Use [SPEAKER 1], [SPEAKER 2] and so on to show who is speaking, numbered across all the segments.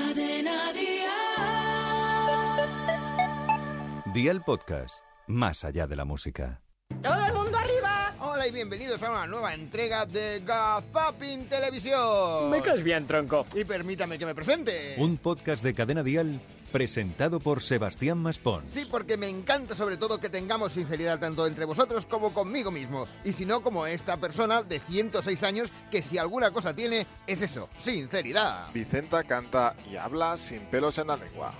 [SPEAKER 1] Cadena Dial.
[SPEAKER 2] Dial Podcast, más allá de la música.
[SPEAKER 3] ¡Todo el mundo arriba!
[SPEAKER 4] Hola y bienvenidos a una nueva entrega de Gazapin Televisión.
[SPEAKER 3] Me caes bien, tronco.
[SPEAKER 4] Y permítame que me presente.
[SPEAKER 2] Un podcast de Cadena Dial presentado por Sebastián Maspón.
[SPEAKER 5] pues,
[SPEAKER 4] Sí, porque me encanta sobre todo que tengamos sinceridad tanto entre vosotros como conmigo mismo. Y si no, como esta persona de 106 años que si alguna cosa tiene, es eso, sinceridad.
[SPEAKER 6] Vicenta canta y habla sin pelos en la lengua.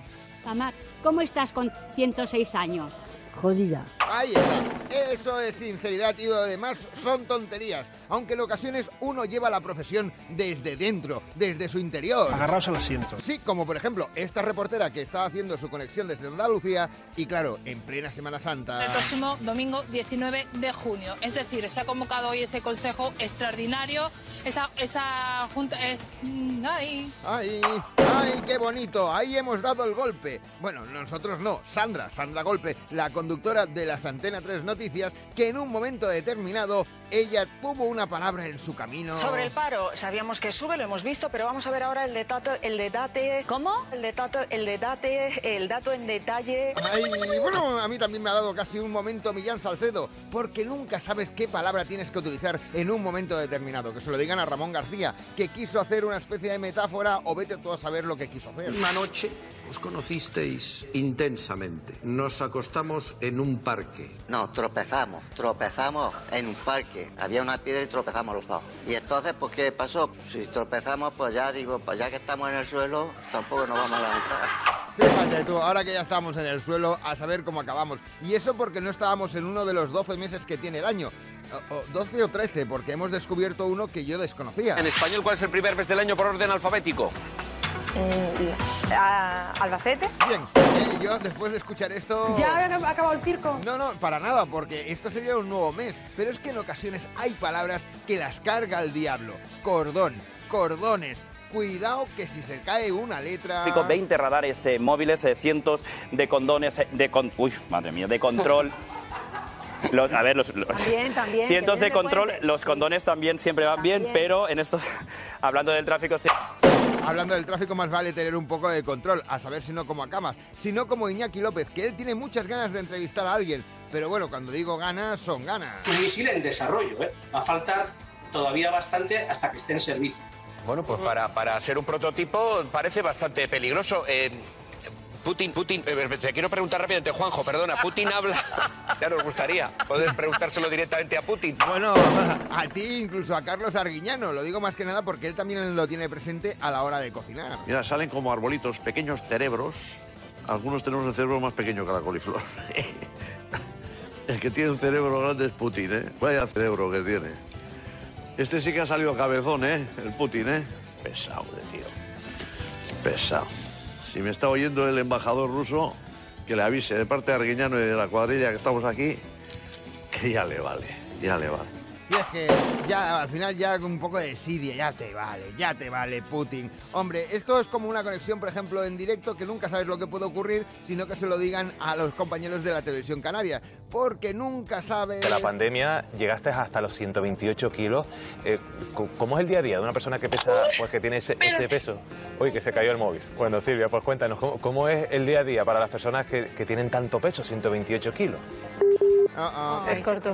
[SPEAKER 7] Mamá, ¿cómo estás con 106 años?
[SPEAKER 8] Jodida.
[SPEAKER 4] Ahí está. Eso es sinceridad y lo demás son tonterías. Aunque en ocasiones uno lleva la profesión desde dentro, desde su interior.
[SPEAKER 9] Agarraos al asiento.
[SPEAKER 4] Sí, como por ejemplo esta reportera que está haciendo su conexión desde Andalucía y claro, en plena Semana Santa.
[SPEAKER 10] El próximo domingo 19 de junio. Es decir, se ha convocado hoy ese consejo extraordinario. Esa, esa junta es... mm,
[SPEAKER 4] ¡Ay! ¡Ay! ¡Ay, qué bonito! Ahí hemos dado el golpe. Bueno, nosotros no. Sandra, Sandra Golpe, la conductora de la Antena 3 Noticias que en un momento determinado ella tuvo una palabra en su camino.
[SPEAKER 11] Sobre el paro, sabíamos que sube, lo hemos visto, pero vamos a ver ahora el detato, el detalle.
[SPEAKER 10] ¿Cómo?
[SPEAKER 11] El detato, el detalle, el dato en detalle.
[SPEAKER 4] Ay, bueno, a mí también me ha dado casi un momento Millán Salcedo, porque nunca sabes qué palabra tienes que utilizar en un momento determinado. Que se lo digan a Ramón García, que quiso hacer una especie de metáfora o vete tú a saber lo que quiso hacer.
[SPEAKER 12] Una noche os conocisteis intensamente. Nos acostamos en un parque.
[SPEAKER 13] No, tropezamos, tropezamos en un parque. Había una piedra y tropezamos los dos. Y entonces, pues, ¿qué pasó? Si tropezamos, pues ya digo, pues ya que estamos en el suelo, tampoco nos vamos a levantar.
[SPEAKER 4] Fíjate tú, ahora que ya estamos en el suelo, a saber cómo acabamos. Y eso porque no estábamos en uno de los 12 meses que tiene el año. O, o 12 o 13, porque hemos descubierto uno que yo desconocía.
[SPEAKER 5] En español, ¿cuál es el primer mes del año por orden alfabético?
[SPEAKER 11] Eh,
[SPEAKER 14] A Albacete.
[SPEAKER 4] Bien, eh, yo después de escuchar esto...
[SPEAKER 14] Ya ha acabado el circo.
[SPEAKER 4] No, no, para nada, porque esto sería un nuevo mes. Pero es que en ocasiones hay palabras que las carga el diablo. Cordón, cordones, cuidado que si se cae una letra.
[SPEAKER 15] 20 radares eh, móviles, eh, cientos de condones, eh, de con... Uy, madre mía, de control. Los, a ver, los, los
[SPEAKER 14] también, también,
[SPEAKER 15] cientos de control, de los condones también siempre van también. bien, pero en esto, hablando del tráfico...
[SPEAKER 4] Hablando del tráfico, más vale tener un poco de control, a saber si no como a Camas, sino como Iñaki López, que él tiene muchas ganas de entrevistar a alguien, pero bueno, cuando digo ganas, son ganas.
[SPEAKER 16] Un misil en desarrollo, ¿eh? va a faltar todavía bastante hasta que esté en servicio.
[SPEAKER 5] Bueno, pues para, para ser un prototipo parece bastante peligroso. Eh... Putin, Putin, eh, te quiero preguntar rápidamente, Juanjo, perdona, Putin habla. Ya nos gustaría poder preguntárselo directamente a Putin.
[SPEAKER 4] Bueno, a ti, incluso a Carlos Arguiñano, lo digo más que nada porque él también lo tiene presente a la hora de cocinar.
[SPEAKER 17] Mira, salen como arbolitos, pequeños cerebros. Algunos tenemos el cerebro más pequeño que la coliflor. El que tiene un cerebro grande es Putin, ¿eh? Vaya cerebro que tiene. Este sí que ha salido cabezón, ¿eh? El Putin, ¿eh? Pesado de tío. Pesado. Si me está oyendo el embajador ruso, que le avise de parte de Arguiñano y de la cuadrilla que estamos aquí, que ya le vale, ya le vale.
[SPEAKER 4] Si es que ya al final ya un poco de sidia, ya te vale, ya te vale Putin. Hombre, esto es como una conexión, por ejemplo, en directo que nunca sabes lo que puede ocurrir, sino que se lo digan a los compañeros de la televisión canaria, porque nunca sabes...
[SPEAKER 18] De la pandemia llegaste hasta los 128 kilos. Eh, ¿Cómo es el día a día de una persona que pesa, pues que tiene ese, ese peso? Uy, que se cayó el móvil. Bueno, Silvia, pues cuéntanos, ¿cómo, cómo es el día a día para las personas que, que tienen tanto peso, 128 kilos?
[SPEAKER 4] Uh -oh.
[SPEAKER 14] Es corto.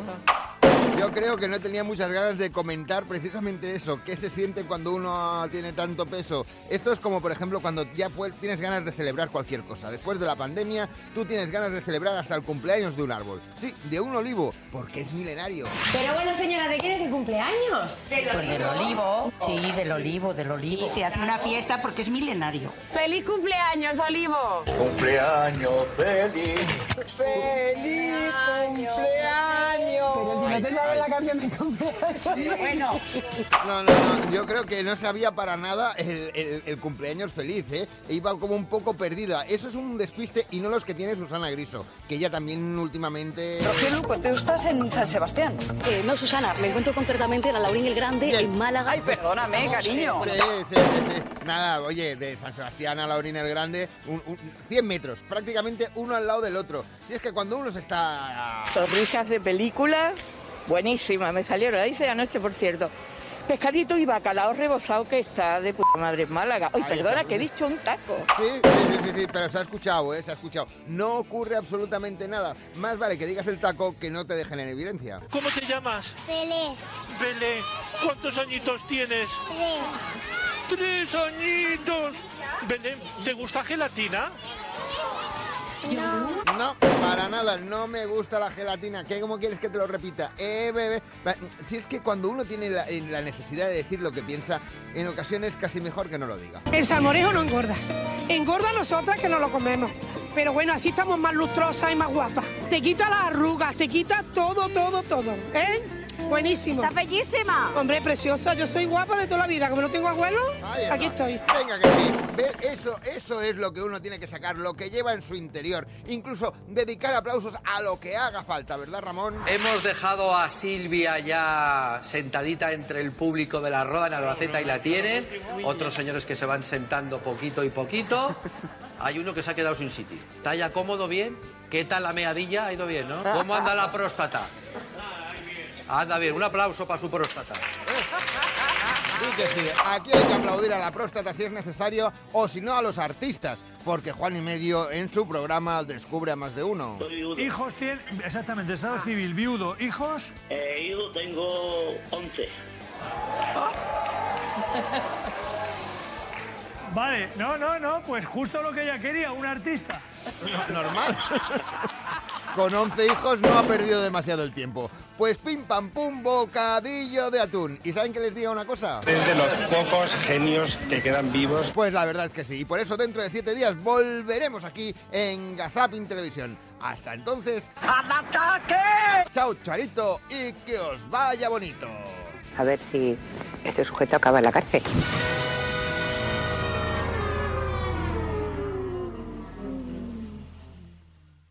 [SPEAKER 4] Yo creo que no tenía muchas ganas de comentar precisamente eso, qué se siente cuando uno tiene tanto peso. Esto es como, por ejemplo, cuando ya tienes ganas de celebrar cualquier cosa. Después de la pandemia, tú tienes ganas de celebrar hasta el cumpleaños de un árbol. Sí, de un olivo, porque es milenario.
[SPEAKER 14] Pero bueno, señora, ¿de quién es el cumpleaños?
[SPEAKER 11] Del olivo. Pues del olivo. Sí, del olivo, del olivo. Sí, se hace una fiesta porque es milenario.
[SPEAKER 10] ¡Feliz cumpleaños, olivo!
[SPEAKER 19] ¡Cumpleaños feliz!
[SPEAKER 20] ¡Feliz cumpleaños!
[SPEAKER 8] Pero si no te sabes la canción de cumpleaños. Bueno.
[SPEAKER 4] No, no, no. Yo creo que no sabía para nada el, el, el, cumpleaños feliz, ¿eh? Iba como un poco perdida. Eso es un despiste y no los que tiene Susana Griso, que ella también últimamente.
[SPEAKER 14] Rocío Luco, ¿tú estás en San Sebastián?
[SPEAKER 7] Eh, no, Susana, me encuentro concretamente en la Laurín el Grande, Bien. en Málaga.
[SPEAKER 14] Ay, perdóname, cariño.
[SPEAKER 4] Sí, sí, sí, sí, Nada, oye, de San Sebastián a Laurín el Grande, un, un, 100 metros, prácticamente uno al lado del otro. Si es que cuando uno se está.
[SPEAKER 20] Torrijas de películas buenísima, me salieron, la hice anoche por cierto,
[SPEAKER 13] Pescadito y bacalao rebosado que está de puta madre en Málaga. Ay,
[SPEAKER 4] Ay,
[SPEAKER 13] perdona,
[SPEAKER 4] qué
[SPEAKER 13] que he dicho un taco.
[SPEAKER 4] Sí, sí, sí, sí, sí, pero se ha escuchado, ¿eh? Se ha escuchado. No ocurre absolutamente nada. Más vale que digas el taco que no te dejen en evidencia.
[SPEAKER 21] ¿Cómo te llamas? Belén. Belén. ¿Cuántos añitos tienes? Tres. ¡Tres añitos! Belén, ¿te gusta gelatina?
[SPEAKER 4] No. para nada, no me gusta la gelatina. ¿Qué, ¿Cómo quieres que te lo repita? Eh, bebé. Va, Si es que cuando uno tiene la, eh, la necesidad de decir lo que piensa, en ocasiones casi mejor que no lo diga.
[SPEAKER 22] El salmorejo no engorda. Engorda a nosotras que no lo comemos. Pero bueno, así estamos más lustrosas y más guapas. Te quita las arrugas, te quita todo, todo, todo. ¿Eh? Buenísimo. Está bellísima. Hombre, preciosa. Yo soy guapa de toda la vida. Como no tengo abuelo, aquí estoy.
[SPEAKER 4] Venga que sí. Ve, Eso, eso es lo que uno tiene que sacar, lo que lleva en su interior. Incluso dedicar aplausos a lo que haga falta, ¿verdad, Ramón?
[SPEAKER 17] Hemos dejado a Silvia ya sentadita entre el público de la Roda en Albaceta y la tienen. Otros señores que se van sentando poquito y poquito. Hay uno que se ha quedado sin sitio. ¿Está ya cómodo bien? ¿Qué tal la meadilla? Ha ido bien, ¿no? ¿Cómo anda la próstata? Anda bien, un aplauso para su próstata.
[SPEAKER 4] Sí que sí. ¿eh? Aquí hay que aplaudir a la próstata si es necesario, o si no a los artistas, porque Juan y Medio en su programa descubre a más de uno.
[SPEAKER 23] Hijos tiene, exactamente, Estado civil, viudo, hijos.
[SPEAKER 24] Eh, yo tengo 11.
[SPEAKER 23] Vale, no, no, no, pues justo lo que ella quería, un artista.
[SPEAKER 4] Normal. Con 11 hijos no ha perdido demasiado el tiempo. Pues pim pam pum, bocadillo de atún. ¿Y saben que les diga una cosa?
[SPEAKER 25] Es de los pocos genios que quedan vivos.
[SPEAKER 4] Pues la verdad es que sí. Y por eso dentro de 7 días volveremos aquí en Gazapin Televisión. Hasta entonces. ¡Al ataque! Chao, charito, y que os vaya bonito.
[SPEAKER 11] A ver si este sujeto acaba en la cárcel.